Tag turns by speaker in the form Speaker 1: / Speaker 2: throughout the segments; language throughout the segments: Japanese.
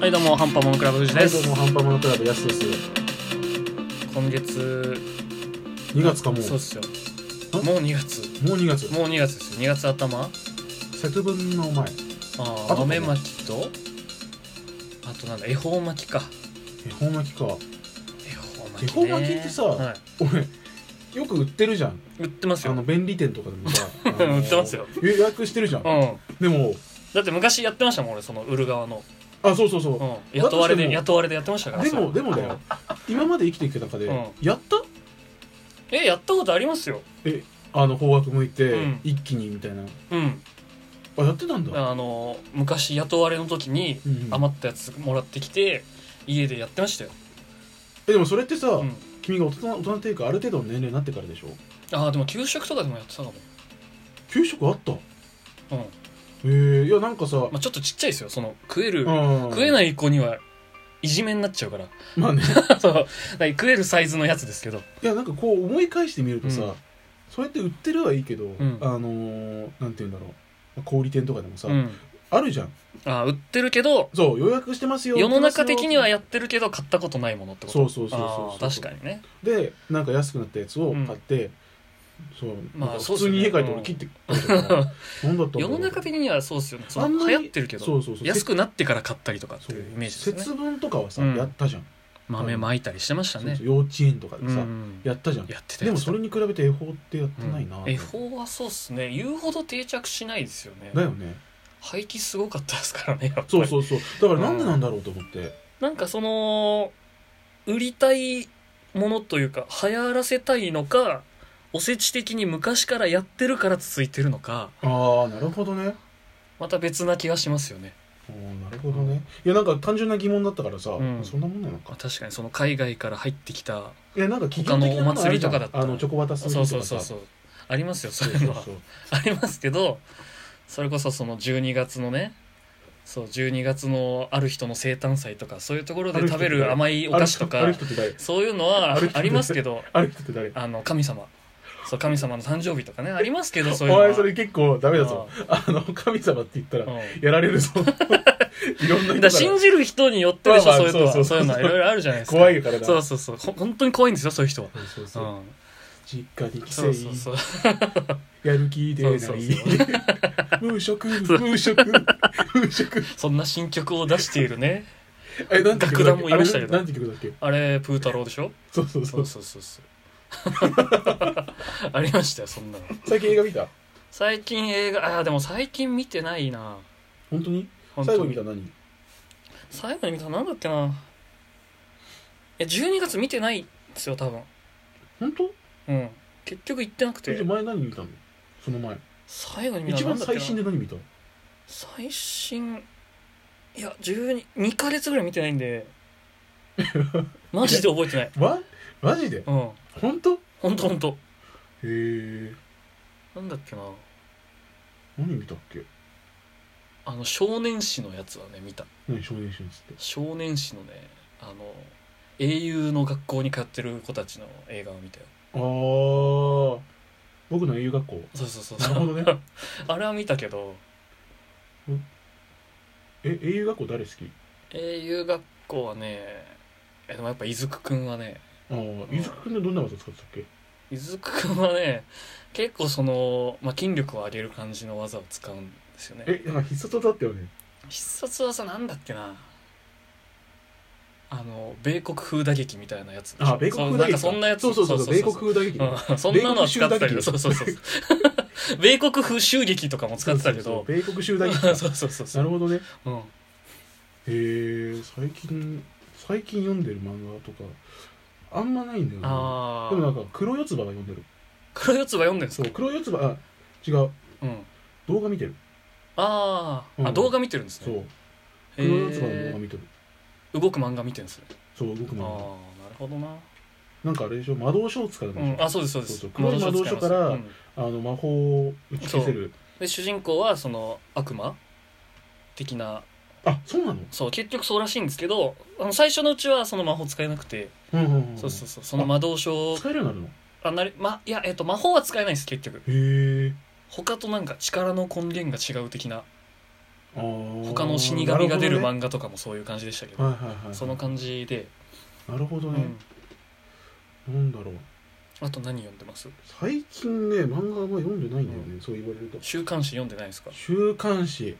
Speaker 1: はいどうもハンパモノクラブ藤です、
Speaker 2: はい、どうも、ハンパマンクラブ、安です。2
Speaker 1: 今月
Speaker 2: 月かもう。
Speaker 1: そうっすよ
Speaker 2: あ
Speaker 1: もう2月
Speaker 2: もう2月。
Speaker 1: もう2月ですよ2月頭あ
Speaker 2: 節分の前。
Speaker 1: あ
Speaker 2: あと
Speaker 1: 豆まきとあとなんだ恵方巻きか
Speaker 2: 恵方巻きか。
Speaker 1: 恵方巻き、ね、
Speaker 2: 恵方巻きってさ
Speaker 1: は
Speaker 2: 俺、よく売ってるじゃん。
Speaker 1: い、売ってます
Speaker 2: あ
Speaker 1: よ
Speaker 2: の、便利店とかで もさ。あの
Speaker 1: 売ってますよ。
Speaker 2: 予約してるじゃん
Speaker 1: う。ん
Speaker 2: でも、
Speaker 1: だって昔やってましたもん俺その売る側の、
Speaker 2: あ、そうそう
Speaker 1: う
Speaker 2: そ
Speaker 1: ん、雇われ
Speaker 2: だとして
Speaker 1: で
Speaker 2: も
Speaker 1: 雇われでやってましたから
Speaker 2: う。で
Speaker 1: それ
Speaker 2: も、でもだよ。今まで生きてきた中で
Speaker 1: うん、
Speaker 2: やった
Speaker 1: えやったことありますよ
Speaker 2: え、あの、方角向いうて
Speaker 1: ん、
Speaker 2: 一気にみたいな。
Speaker 1: うん
Speaker 2: あ、やってたんだ。
Speaker 1: あの昔雇われの時に
Speaker 2: うんうん
Speaker 1: 余ったやつもらってきて家でやってましたよ、
Speaker 2: え、でもそれってさ
Speaker 1: う、ん、
Speaker 2: 君が大人、大人っていうか、ある程度の年齢になってからでしょ
Speaker 1: ああでも給食とかでもやってたかも
Speaker 2: 給食あった
Speaker 1: うん
Speaker 2: えー、いや、なんかさ、
Speaker 1: まあ、ちょっとちっちゃいですよその食える
Speaker 2: 食。
Speaker 1: 食えないい子にはいじめになっちゃうから
Speaker 2: まあね。
Speaker 1: そうだから食えるサイズのやつですけど
Speaker 2: いやなんかこう思い返してみるとさ、
Speaker 1: うん
Speaker 2: そうやって売ってるはいいけど、
Speaker 1: ん
Speaker 2: あのー、なんて言うんだろう小売店とかでもさ、
Speaker 1: うん
Speaker 2: あるじゃん
Speaker 1: ああ売ってるけど
Speaker 2: そう予約してますよ
Speaker 1: 世の中的には
Speaker 2: や
Speaker 1: やってるけど買ったことないものってこと
Speaker 2: そうそうそう
Speaker 1: あ
Speaker 2: そ
Speaker 1: あ
Speaker 2: う
Speaker 1: 確かにね
Speaker 2: にでなんか安くなったやつを買って、そう
Speaker 1: まあ
Speaker 2: なんか
Speaker 1: そう
Speaker 2: 普
Speaker 1: っす
Speaker 2: 通
Speaker 1: ね
Speaker 2: に家帰って俺切って食べちゃうから何だったんだろう
Speaker 1: 世の中的にはそうですよねその
Speaker 2: あんまり
Speaker 1: 流行ってるけど
Speaker 2: そうそうそう
Speaker 1: 安くなってから買ったりとかって
Speaker 2: そう
Speaker 1: いうイメージですね
Speaker 2: 節分とかはさ、
Speaker 1: うん
Speaker 2: やったじゃん、
Speaker 1: 豆まいたりしてましたね
Speaker 2: そうそう幼稚園とかで
Speaker 1: う
Speaker 2: さ、
Speaker 1: ん
Speaker 2: やったじゃん
Speaker 1: やってた
Speaker 2: で
Speaker 1: や
Speaker 2: も
Speaker 1: つ
Speaker 2: それに比べて恵方ってやってないな、
Speaker 1: うん恵方はそうっすね言うほど定着しないですよね
Speaker 2: だよね
Speaker 1: 廃棄すごかったですからねやっぱり
Speaker 2: そうそうそうだからなんでなんだろうと思って、
Speaker 1: なんかその売りたいものというか流行らせたいのかおせち的に昔からやってるから続いてるのか
Speaker 2: ああなるほどね
Speaker 1: また別な気がしますよね、
Speaker 2: おーなるほどねいやなんか単純な疑問だったからさ、
Speaker 1: うん
Speaker 2: そんなもんなの
Speaker 1: まあ
Speaker 2: か
Speaker 1: 確かにその海外から入ってきた
Speaker 2: いやなんか企業
Speaker 1: 他の
Speaker 2: 的な
Speaker 1: お祭りとかだったら
Speaker 2: あのチョコバタス
Speaker 1: そ
Speaker 2: ミ
Speaker 1: う
Speaker 2: と
Speaker 1: そ
Speaker 2: か
Speaker 1: う
Speaker 2: さ
Speaker 1: そうそうありますよそう
Speaker 2: そう
Speaker 1: いう
Speaker 2: そ
Speaker 1: の
Speaker 2: う
Speaker 1: は
Speaker 2: そう
Speaker 1: ありますけどそれこそその12月のねそう12月のある人の生誕祭とかそういうところで食べる甘いお菓子と
Speaker 2: あ
Speaker 1: か
Speaker 2: る人って誰
Speaker 1: そういうのは
Speaker 2: ある人
Speaker 1: ありますけど
Speaker 2: ある人って誰
Speaker 1: あの神様そう神様の誕生日とかねありますけどそういうの
Speaker 2: お
Speaker 1: はい
Speaker 2: それ結構ダメだぞあの神様って言ったら
Speaker 1: うん
Speaker 2: やられる ぞいろん
Speaker 1: だから
Speaker 2: な人から
Speaker 1: 信じる人によってでしょ、
Speaker 2: まあま
Speaker 1: そうい
Speaker 2: あ
Speaker 1: うのは
Speaker 2: そ
Speaker 1: そう
Speaker 2: そううそう
Speaker 1: いうのはいろいろあるじゃないですか
Speaker 2: 怖いからな
Speaker 1: そうそうそうほ本当に怖いんですよそういう人は、
Speaker 2: そうそう
Speaker 1: う、
Speaker 2: そうん実家に帰省
Speaker 1: そうそうそう
Speaker 2: やる気出ない
Speaker 1: そうそうそ
Speaker 2: 無職
Speaker 1: そう
Speaker 2: 無職 無職
Speaker 1: そんな新曲を出しているね
Speaker 2: えなんて
Speaker 1: 楽
Speaker 2: 曲だっ
Speaker 1: 団も
Speaker 2: け
Speaker 1: いましたけど
Speaker 2: あれなんて曲だっけ
Speaker 1: あれプー太郎でしょ
Speaker 2: そうそうそ
Speaker 1: そう
Speaker 2: う
Speaker 1: そうそうそうありましたよそんなの
Speaker 2: 最近映画見た
Speaker 1: 最近映画あーでも最近見てないな
Speaker 2: 本当に
Speaker 1: 本当
Speaker 2: 最
Speaker 1: に
Speaker 2: 後に見たの何
Speaker 1: 最後に見たのなんだっけなえ12月見てないんですよ多分
Speaker 2: 本当
Speaker 1: うん結局行ってなく
Speaker 2: え
Speaker 1: て
Speaker 2: 前何見たのその前
Speaker 1: 最後に見た
Speaker 2: 一
Speaker 1: のな
Speaker 2: 番
Speaker 1: んだっけ
Speaker 2: 最
Speaker 1: な
Speaker 2: 新で何見た
Speaker 1: 最新いや122ヶ月ぐらい見てないん でマジで覚えてない
Speaker 2: わマジで
Speaker 1: うん
Speaker 2: 本当へ
Speaker 1: ほんとほんと
Speaker 2: え
Speaker 1: なんだっけな
Speaker 2: 何見たっけ
Speaker 1: あの少年誌のやつはね見た
Speaker 2: 何少年春つって
Speaker 1: 少年誌のねあの英雄の学校に通ってる子たちの映画を見たよ
Speaker 2: ああ僕の英雄学校
Speaker 1: そうそうそう
Speaker 2: な
Speaker 1: そ
Speaker 2: る
Speaker 1: う
Speaker 2: ほどね
Speaker 1: あれは見たけど
Speaker 2: え英雄学校誰好き
Speaker 1: 英雄学校はねえでもやっぱ伊豆くんはね
Speaker 2: ああ伊豆くんでどんな技使ってたっけ
Speaker 1: 伊豆くんはね結構その、まあ、筋力を上げる感じの技を使うんですよね
Speaker 2: えなんか必殺だったよね
Speaker 1: 必殺技なんだっけなあの米国風打撃みたいなやつでしょ
Speaker 2: あ米国風
Speaker 1: そ
Speaker 2: 打撃
Speaker 1: うなんかそんなやつ
Speaker 2: そうそうそうそう米国
Speaker 1: そう
Speaker 2: 風打撃
Speaker 1: うんそんなのは使ってたけ
Speaker 2: 米
Speaker 1: ど
Speaker 2: 国
Speaker 1: そう
Speaker 2: 襲
Speaker 1: そうそう米国風襲撃とかも使ってたけ
Speaker 2: そうそうそ
Speaker 1: ど
Speaker 2: う米国襲
Speaker 1: そ
Speaker 2: 打
Speaker 1: う
Speaker 2: 撃
Speaker 1: そう
Speaker 2: か
Speaker 1: そうそう
Speaker 2: なるほどね
Speaker 1: うん
Speaker 2: へえ最近最近読んでる漫画とかあんまないんだよね
Speaker 1: あ
Speaker 2: でもなん
Speaker 1: あ
Speaker 2: か黒四つ葉が読んでる
Speaker 1: 黒四つ葉読んでるんです
Speaker 2: そう
Speaker 1: か
Speaker 2: 黒四つ葉あ違う
Speaker 1: うん
Speaker 2: 動画見てる
Speaker 1: あー
Speaker 2: う
Speaker 1: あ
Speaker 2: ん
Speaker 1: 動画見てるんです
Speaker 2: そ
Speaker 1: ね
Speaker 2: う
Speaker 1: へ
Speaker 2: 黒四つ葉の動画
Speaker 1: ー
Speaker 2: 見てる
Speaker 1: 動く漫画見てるんですね
Speaker 2: そう動く
Speaker 1: ああな
Speaker 2: の
Speaker 1: るほどな
Speaker 2: なんかあれでしょ魔導書を使うの
Speaker 1: うんあそうですそうで
Speaker 2: そ
Speaker 1: す
Speaker 2: うそう黒い魔導書から
Speaker 1: うん
Speaker 2: あの魔法を打ち消せる
Speaker 1: で主人公はその悪魔的な
Speaker 2: あそうなの
Speaker 1: そう結局そうらしいんですけどあの最初のうちはその魔法使えなくて、
Speaker 2: うんうんん
Speaker 1: そうそうそうその魔導書を
Speaker 2: 使えるようになる
Speaker 1: あなり、ま、いや、えっと、魔法は使えないです結局
Speaker 2: のへえ
Speaker 1: 他となんか力の根源が違う的な他
Speaker 2: 他
Speaker 1: の死神が出る
Speaker 2: はい
Speaker 1: 漫画とかもそういう感じでしたけど
Speaker 2: はいはい
Speaker 1: その感じで、
Speaker 2: なるほど
Speaker 1: う
Speaker 2: ね
Speaker 1: ん、
Speaker 2: なんだろう
Speaker 1: あと何読んでます
Speaker 2: 最近ね漫画あんま読んでないんだよね、そう言われると
Speaker 1: 週刊誌読んでないですか
Speaker 2: 週刊誌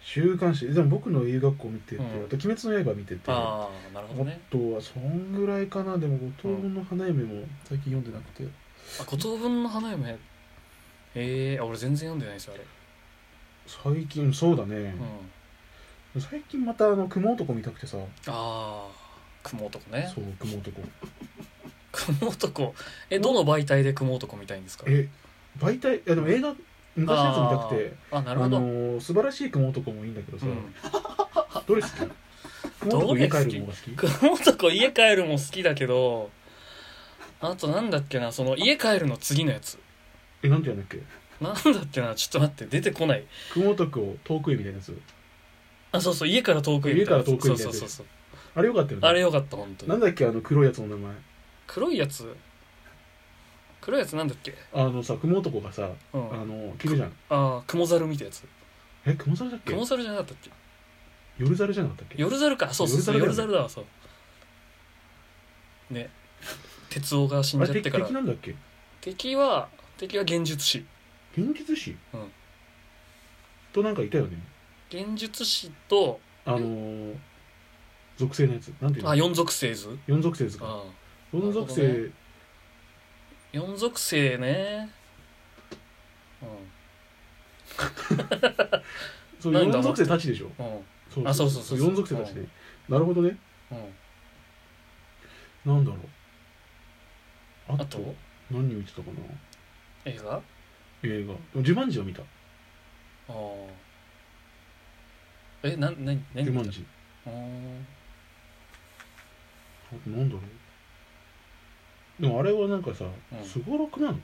Speaker 2: 週刊誌でも僕の映画学校見てて、
Speaker 1: うん
Speaker 2: あと「鬼滅の刃」見ててあ
Speaker 1: ああなるほどね
Speaker 2: とはそんぐらいかなでも「五等分の花嫁」も最近読んでなくて、
Speaker 1: あ五等分の花嫁ええー、あ俺全然読んでないですよあれ
Speaker 2: 最近そうだね
Speaker 1: うん、
Speaker 2: 最近またあの雲男見たくてさ
Speaker 1: ああ雲男ね
Speaker 2: そう雲男
Speaker 1: 雲男えどの媒体で雲男見たいんですか
Speaker 2: え媒体いやでも映画昔のやつ見たくて
Speaker 1: あな
Speaker 2: あ
Speaker 1: るほど、
Speaker 2: のー素晴らしい雲男もいいんだけど
Speaker 1: う
Speaker 2: さ、
Speaker 1: ん、
Speaker 2: どれ好き雲男家帰るのが好き
Speaker 1: 雲男家帰るも好きだけどあとなんだっけなその家帰るの次のやつ
Speaker 2: えなんて言うんだっけ
Speaker 1: なんだっけなちょっと待って出てこない
Speaker 2: 雲男を遠くへみたいなやつ
Speaker 1: あそうそう家から遠くへ
Speaker 2: 家から遠くへみた
Speaker 1: そ
Speaker 2: いな
Speaker 1: う
Speaker 2: や
Speaker 1: そうそ
Speaker 2: つ
Speaker 1: うそう
Speaker 2: あれよかったよね
Speaker 1: あれよかった本当
Speaker 2: な
Speaker 1: に
Speaker 2: んだっけあの黒いやつの名前
Speaker 1: 黒いやつ黒いやつなんだっけ
Speaker 2: あのさ雲男がさ
Speaker 1: うん
Speaker 2: あ
Speaker 1: あ
Speaker 2: の聞くじゃん
Speaker 1: あ雲猿みたいなやつ
Speaker 2: え雲猿だっけ
Speaker 1: 雲猿じゃなかったっけ
Speaker 2: 夜猿じゃなかったっけ
Speaker 1: 夜猿かそうそうそう夜
Speaker 2: 夜
Speaker 1: 猿
Speaker 2: 猿
Speaker 1: だわそうね鉄夫が死ん
Speaker 2: あ
Speaker 1: じゃっ
Speaker 2: れ
Speaker 1: て
Speaker 2: 敵
Speaker 1: から
Speaker 2: 敵なんだっけ
Speaker 1: 敵は敵は現術師
Speaker 2: 現実師
Speaker 1: うん
Speaker 2: となんかいたよね
Speaker 1: 現術師と
Speaker 2: あのー属性のやつなんていう
Speaker 1: あ
Speaker 2: の
Speaker 1: 四属性図
Speaker 2: 四属性ですか
Speaker 1: ああ
Speaker 2: 四属
Speaker 1: なる
Speaker 2: 性
Speaker 1: 四属性ね
Speaker 2: そう
Speaker 1: なん
Speaker 2: 四
Speaker 1: だ
Speaker 2: 属性たちでしょ
Speaker 1: うんうん
Speaker 2: そ
Speaker 1: あそうそうそう
Speaker 2: 四属性たちでなるほどね
Speaker 1: うん
Speaker 2: なんだろうあ
Speaker 1: あ
Speaker 2: と
Speaker 1: と
Speaker 2: 何見てたかな
Speaker 1: 映画あ
Speaker 2: 映画でもジュマンジを見た
Speaker 1: あえなん何
Speaker 2: ジ
Speaker 1: 何
Speaker 2: ュマンジ
Speaker 1: うん
Speaker 2: あとなんだろうでもあれはなんかさ
Speaker 1: うん
Speaker 2: すごろくなの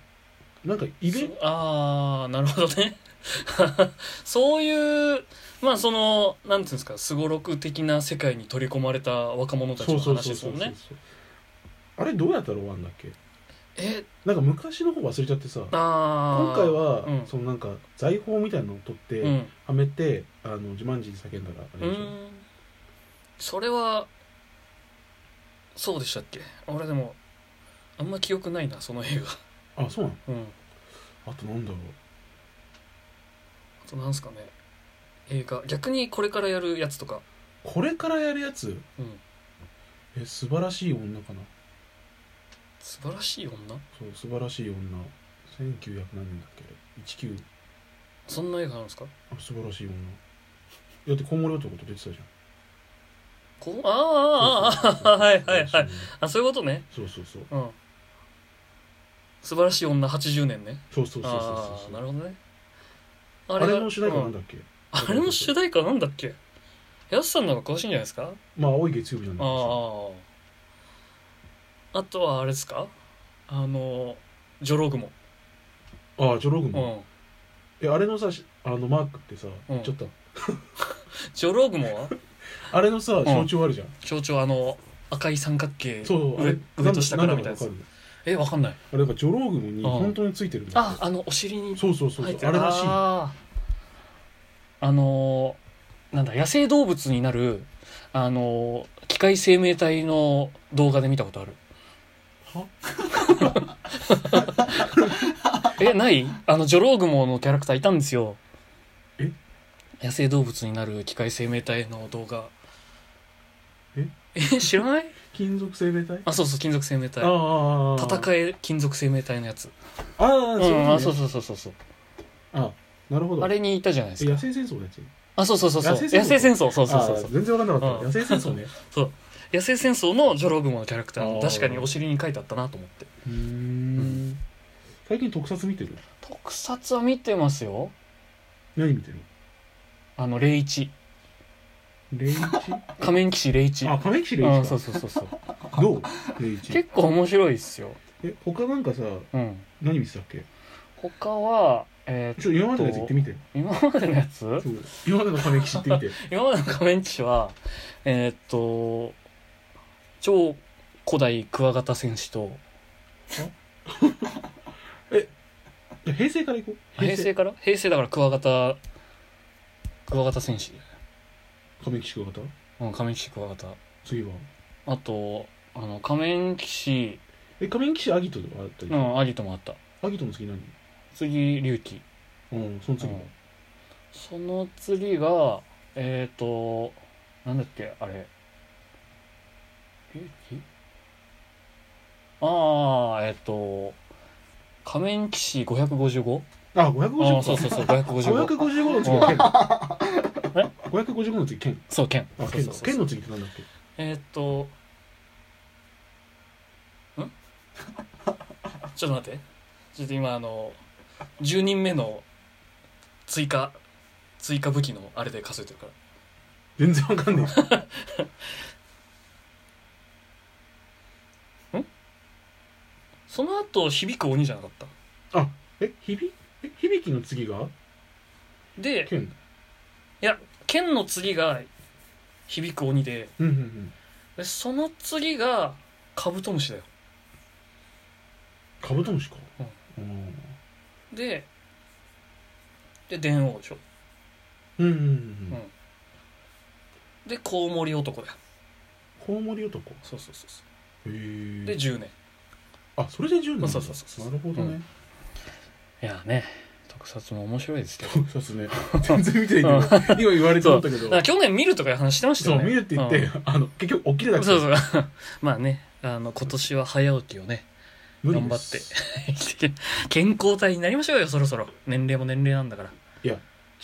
Speaker 2: なんかイベン
Speaker 1: そああなるほどね そういうまあそのなんていうんですかすごろく的な世界に取り込まれた若者たち
Speaker 2: そ
Speaker 1: の
Speaker 2: うそう
Speaker 1: 話
Speaker 2: そう
Speaker 1: です
Speaker 2: そ
Speaker 1: も
Speaker 2: うん
Speaker 1: ね
Speaker 2: そうあれどうやったら終わんだっけ
Speaker 1: え
Speaker 2: なんか昔の方忘れちゃってさ今
Speaker 1: あー
Speaker 2: 回は、
Speaker 1: うん
Speaker 2: そのなんか財宝みたいなのを取って、
Speaker 1: うん
Speaker 2: はめてあの自慢人に叫んだらあ
Speaker 1: う
Speaker 2: れでしょ、
Speaker 1: んそれはそうでしたっけ俺でもあんま記憶ないなその映
Speaker 2: あそうなの
Speaker 1: 画うん
Speaker 2: あとなんだろう
Speaker 1: あとなんすかね映画逆にこれからやるやつとか
Speaker 2: これからやるやつ
Speaker 1: うん
Speaker 2: え素晴らしい女かな
Speaker 1: 素晴らしい女
Speaker 2: そう素晴らしい女1900何年だっけ19
Speaker 1: そんな映画なんですか
Speaker 2: あ素晴らしい女だって小森男と出てたじ
Speaker 1: こう
Speaker 2: ゃん
Speaker 1: あーあーあーあーはいはいはい
Speaker 2: い
Speaker 1: あそういうことね
Speaker 2: そうそうそう
Speaker 1: うん素晴らしい女80年ね
Speaker 2: そうそうそうそ
Speaker 1: あ
Speaker 2: う
Speaker 1: あ
Speaker 2: そ
Speaker 1: な
Speaker 2: うそう
Speaker 1: るほどね
Speaker 2: あ
Speaker 1: あ
Speaker 2: れ
Speaker 1: が
Speaker 2: の主題歌なん
Speaker 1: うん
Speaker 2: だっけ、
Speaker 1: あれの主題歌なんだっけやすさんの方が詳しいんじゃないですか
Speaker 2: まあ青い月曜日なんだ
Speaker 1: あ
Speaker 2: けどさ
Speaker 1: ああとはあれですかあのジョログモ
Speaker 2: ああジョログ
Speaker 1: う
Speaker 2: モ、
Speaker 1: ん
Speaker 2: えあれのさしあのマークってさ、
Speaker 1: うん
Speaker 2: ちょっと
Speaker 1: ジョログモは
Speaker 2: あれのさ
Speaker 1: ん
Speaker 2: 象徴あるじゃん、
Speaker 1: 象徴あの赤い三角形
Speaker 2: そうあ
Speaker 1: 上
Speaker 2: れ
Speaker 1: 上と下からみたいなや
Speaker 2: な
Speaker 1: つ
Speaker 2: んだかわかる
Speaker 1: えわかんない
Speaker 2: あれなんかジョローグムに
Speaker 1: うん
Speaker 2: 本当についてるんだ
Speaker 1: あ
Speaker 2: って
Speaker 1: あのお尻に
Speaker 2: そうそうそう
Speaker 1: 入
Speaker 2: そ
Speaker 1: っ
Speaker 2: う
Speaker 1: て
Speaker 2: あれらしい
Speaker 1: あーあのーなんだ野生動物になるあのー機械生命体の動画で見たことある
Speaker 2: は
Speaker 1: えないあのジョロウグモのキャラクターいたんですよ
Speaker 2: え
Speaker 1: 野生動物になる機械生命体の動画
Speaker 2: え
Speaker 1: え知らない
Speaker 2: 金属生命体
Speaker 1: あそうそう金属生命体
Speaker 2: ああああ
Speaker 1: 戦え金属生命体のやつ
Speaker 2: あ
Speaker 1: う
Speaker 2: あそう,、
Speaker 1: んあそう
Speaker 2: う
Speaker 1: そうそうそうそう
Speaker 2: あなるほど
Speaker 1: あれにいたじゃないです
Speaker 2: え
Speaker 1: か
Speaker 2: 野生戦争のやつ
Speaker 1: あそうそうそうそう
Speaker 2: 野生戦争
Speaker 1: 野生戦争そうそうそう
Speaker 2: あ
Speaker 1: そう
Speaker 2: ー全然わかんなかっ
Speaker 1: う
Speaker 2: た
Speaker 1: ん
Speaker 2: 野生戦争ね
Speaker 1: 野生戦争のジョロウグモのキャラクター
Speaker 2: あ
Speaker 1: の
Speaker 2: ー
Speaker 1: 確かにお尻に書いてあったなと思って
Speaker 2: うーん最近特撮見てる
Speaker 1: 特撮は見てますよ
Speaker 2: 何見てる
Speaker 1: あの霊一
Speaker 2: レ イチ
Speaker 1: 仮面騎士霊一
Speaker 2: あ亀岸レ
Speaker 1: う
Speaker 2: イ
Speaker 1: ん
Speaker 2: チ
Speaker 1: そう
Speaker 2: か
Speaker 1: そうそう そう
Speaker 2: どうレイチ
Speaker 1: 結構面白いっすよ
Speaker 2: え他なんかさ
Speaker 1: うん
Speaker 2: 何見てたっけ
Speaker 1: 他は、えー
Speaker 2: ちょ今までのやつ言ってみて
Speaker 1: 今までのやつ
Speaker 2: そう今までの亀岸ってみ て
Speaker 1: 今までの仮面騎士はえーっと超古代クワガタ戦士と
Speaker 2: 平成からいこう
Speaker 1: 平成から平成だからクワガタクワガタ戦士
Speaker 2: 亀吉久方
Speaker 1: うん仮面騎士クワガタ
Speaker 2: 次は
Speaker 1: あとあの仮面騎士
Speaker 2: え仮面騎士アギトとかあったり
Speaker 1: う、んアギトもあった
Speaker 2: アギトの次何
Speaker 1: 次龍騎
Speaker 2: うんその次
Speaker 1: う
Speaker 2: は、
Speaker 1: んその次がえっ、ー、となんだっけあれ龍騎ああえっ、と仮面騎士 555?
Speaker 2: あ
Speaker 1: あー
Speaker 2: 550
Speaker 1: そうそううそう555
Speaker 2: 555の次は 剣
Speaker 1: え
Speaker 2: 555の次剣
Speaker 1: そう剣
Speaker 2: あ
Speaker 1: そう
Speaker 2: 剣
Speaker 1: そ
Speaker 2: だ
Speaker 1: うそう
Speaker 2: 剣の次ってなんだっけ
Speaker 1: えーっとん ちょっと待ってちょっと今あの10人目の追加追加武器のあれで数えてるから
Speaker 2: 全然わかんね
Speaker 1: その後響く鬼じゃなかった
Speaker 2: えあ え響え響きの次が
Speaker 1: で
Speaker 2: 剣
Speaker 1: いや剣の次が響く鬼で
Speaker 2: うんうんうん
Speaker 1: でその次がカブトムシだよ
Speaker 2: カブトムシかうん
Speaker 1: でで電王でしょ
Speaker 2: うんうんうんうん
Speaker 1: でコウモリ男だよ
Speaker 2: コウモリ男へ
Speaker 1: そうそうそうそう
Speaker 2: え
Speaker 1: で10年
Speaker 2: あそれで10年
Speaker 1: そうそうそうそう
Speaker 2: なるほどね
Speaker 1: いやね特撮も面白いですけど
Speaker 2: 特撮ね全然見てないけど今言われて思ったけ
Speaker 1: だ
Speaker 2: ど
Speaker 1: から去年見るとかいう話してました
Speaker 2: そ
Speaker 1: よ
Speaker 2: う
Speaker 1: ね
Speaker 2: 見るって言ってあの結局起き
Speaker 1: う
Speaker 2: れなんく
Speaker 1: そう
Speaker 2: て
Speaker 1: そう まあねあの今年は早起きをね
Speaker 2: 無理
Speaker 1: 頑張
Speaker 2: で
Speaker 1: っ
Speaker 2: す
Speaker 1: て健康体になりましょうよそろそろ年齢も年齢なんだから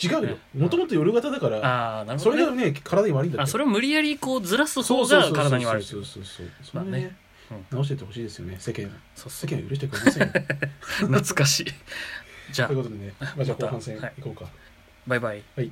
Speaker 2: 違うよもともと夜型だから
Speaker 1: ああーなるほ
Speaker 2: そ
Speaker 1: ど、
Speaker 2: れ
Speaker 1: ね、
Speaker 2: がね体に悪いんだっ
Speaker 1: あ
Speaker 2: て
Speaker 1: それを無理やりこうずらす
Speaker 2: そ
Speaker 1: 方
Speaker 2: うそう
Speaker 1: が
Speaker 2: そう
Speaker 1: 体に悪い
Speaker 2: そうそうそうそ
Speaker 1: まあ
Speaker 2: れ
Speaker 1: ね
Speaker 2: ね
Speaker 1: うん
Speaker 2: 直してってほしいですよね世間
Speaker 1: そうそ
Speaker 2: 世
Speaker 1: う
Speaker 2: 間は許してくれません よ
Speaker 1: 懐かしいじゃ
Speaker 2: という
Speaker 1: あ
Speaker 2: ことでねまあじゃあ後半戦
Speaker 1: はい
Speaker 2: 行こうか
Speaker 1: バイバイ
Speaker 2: はい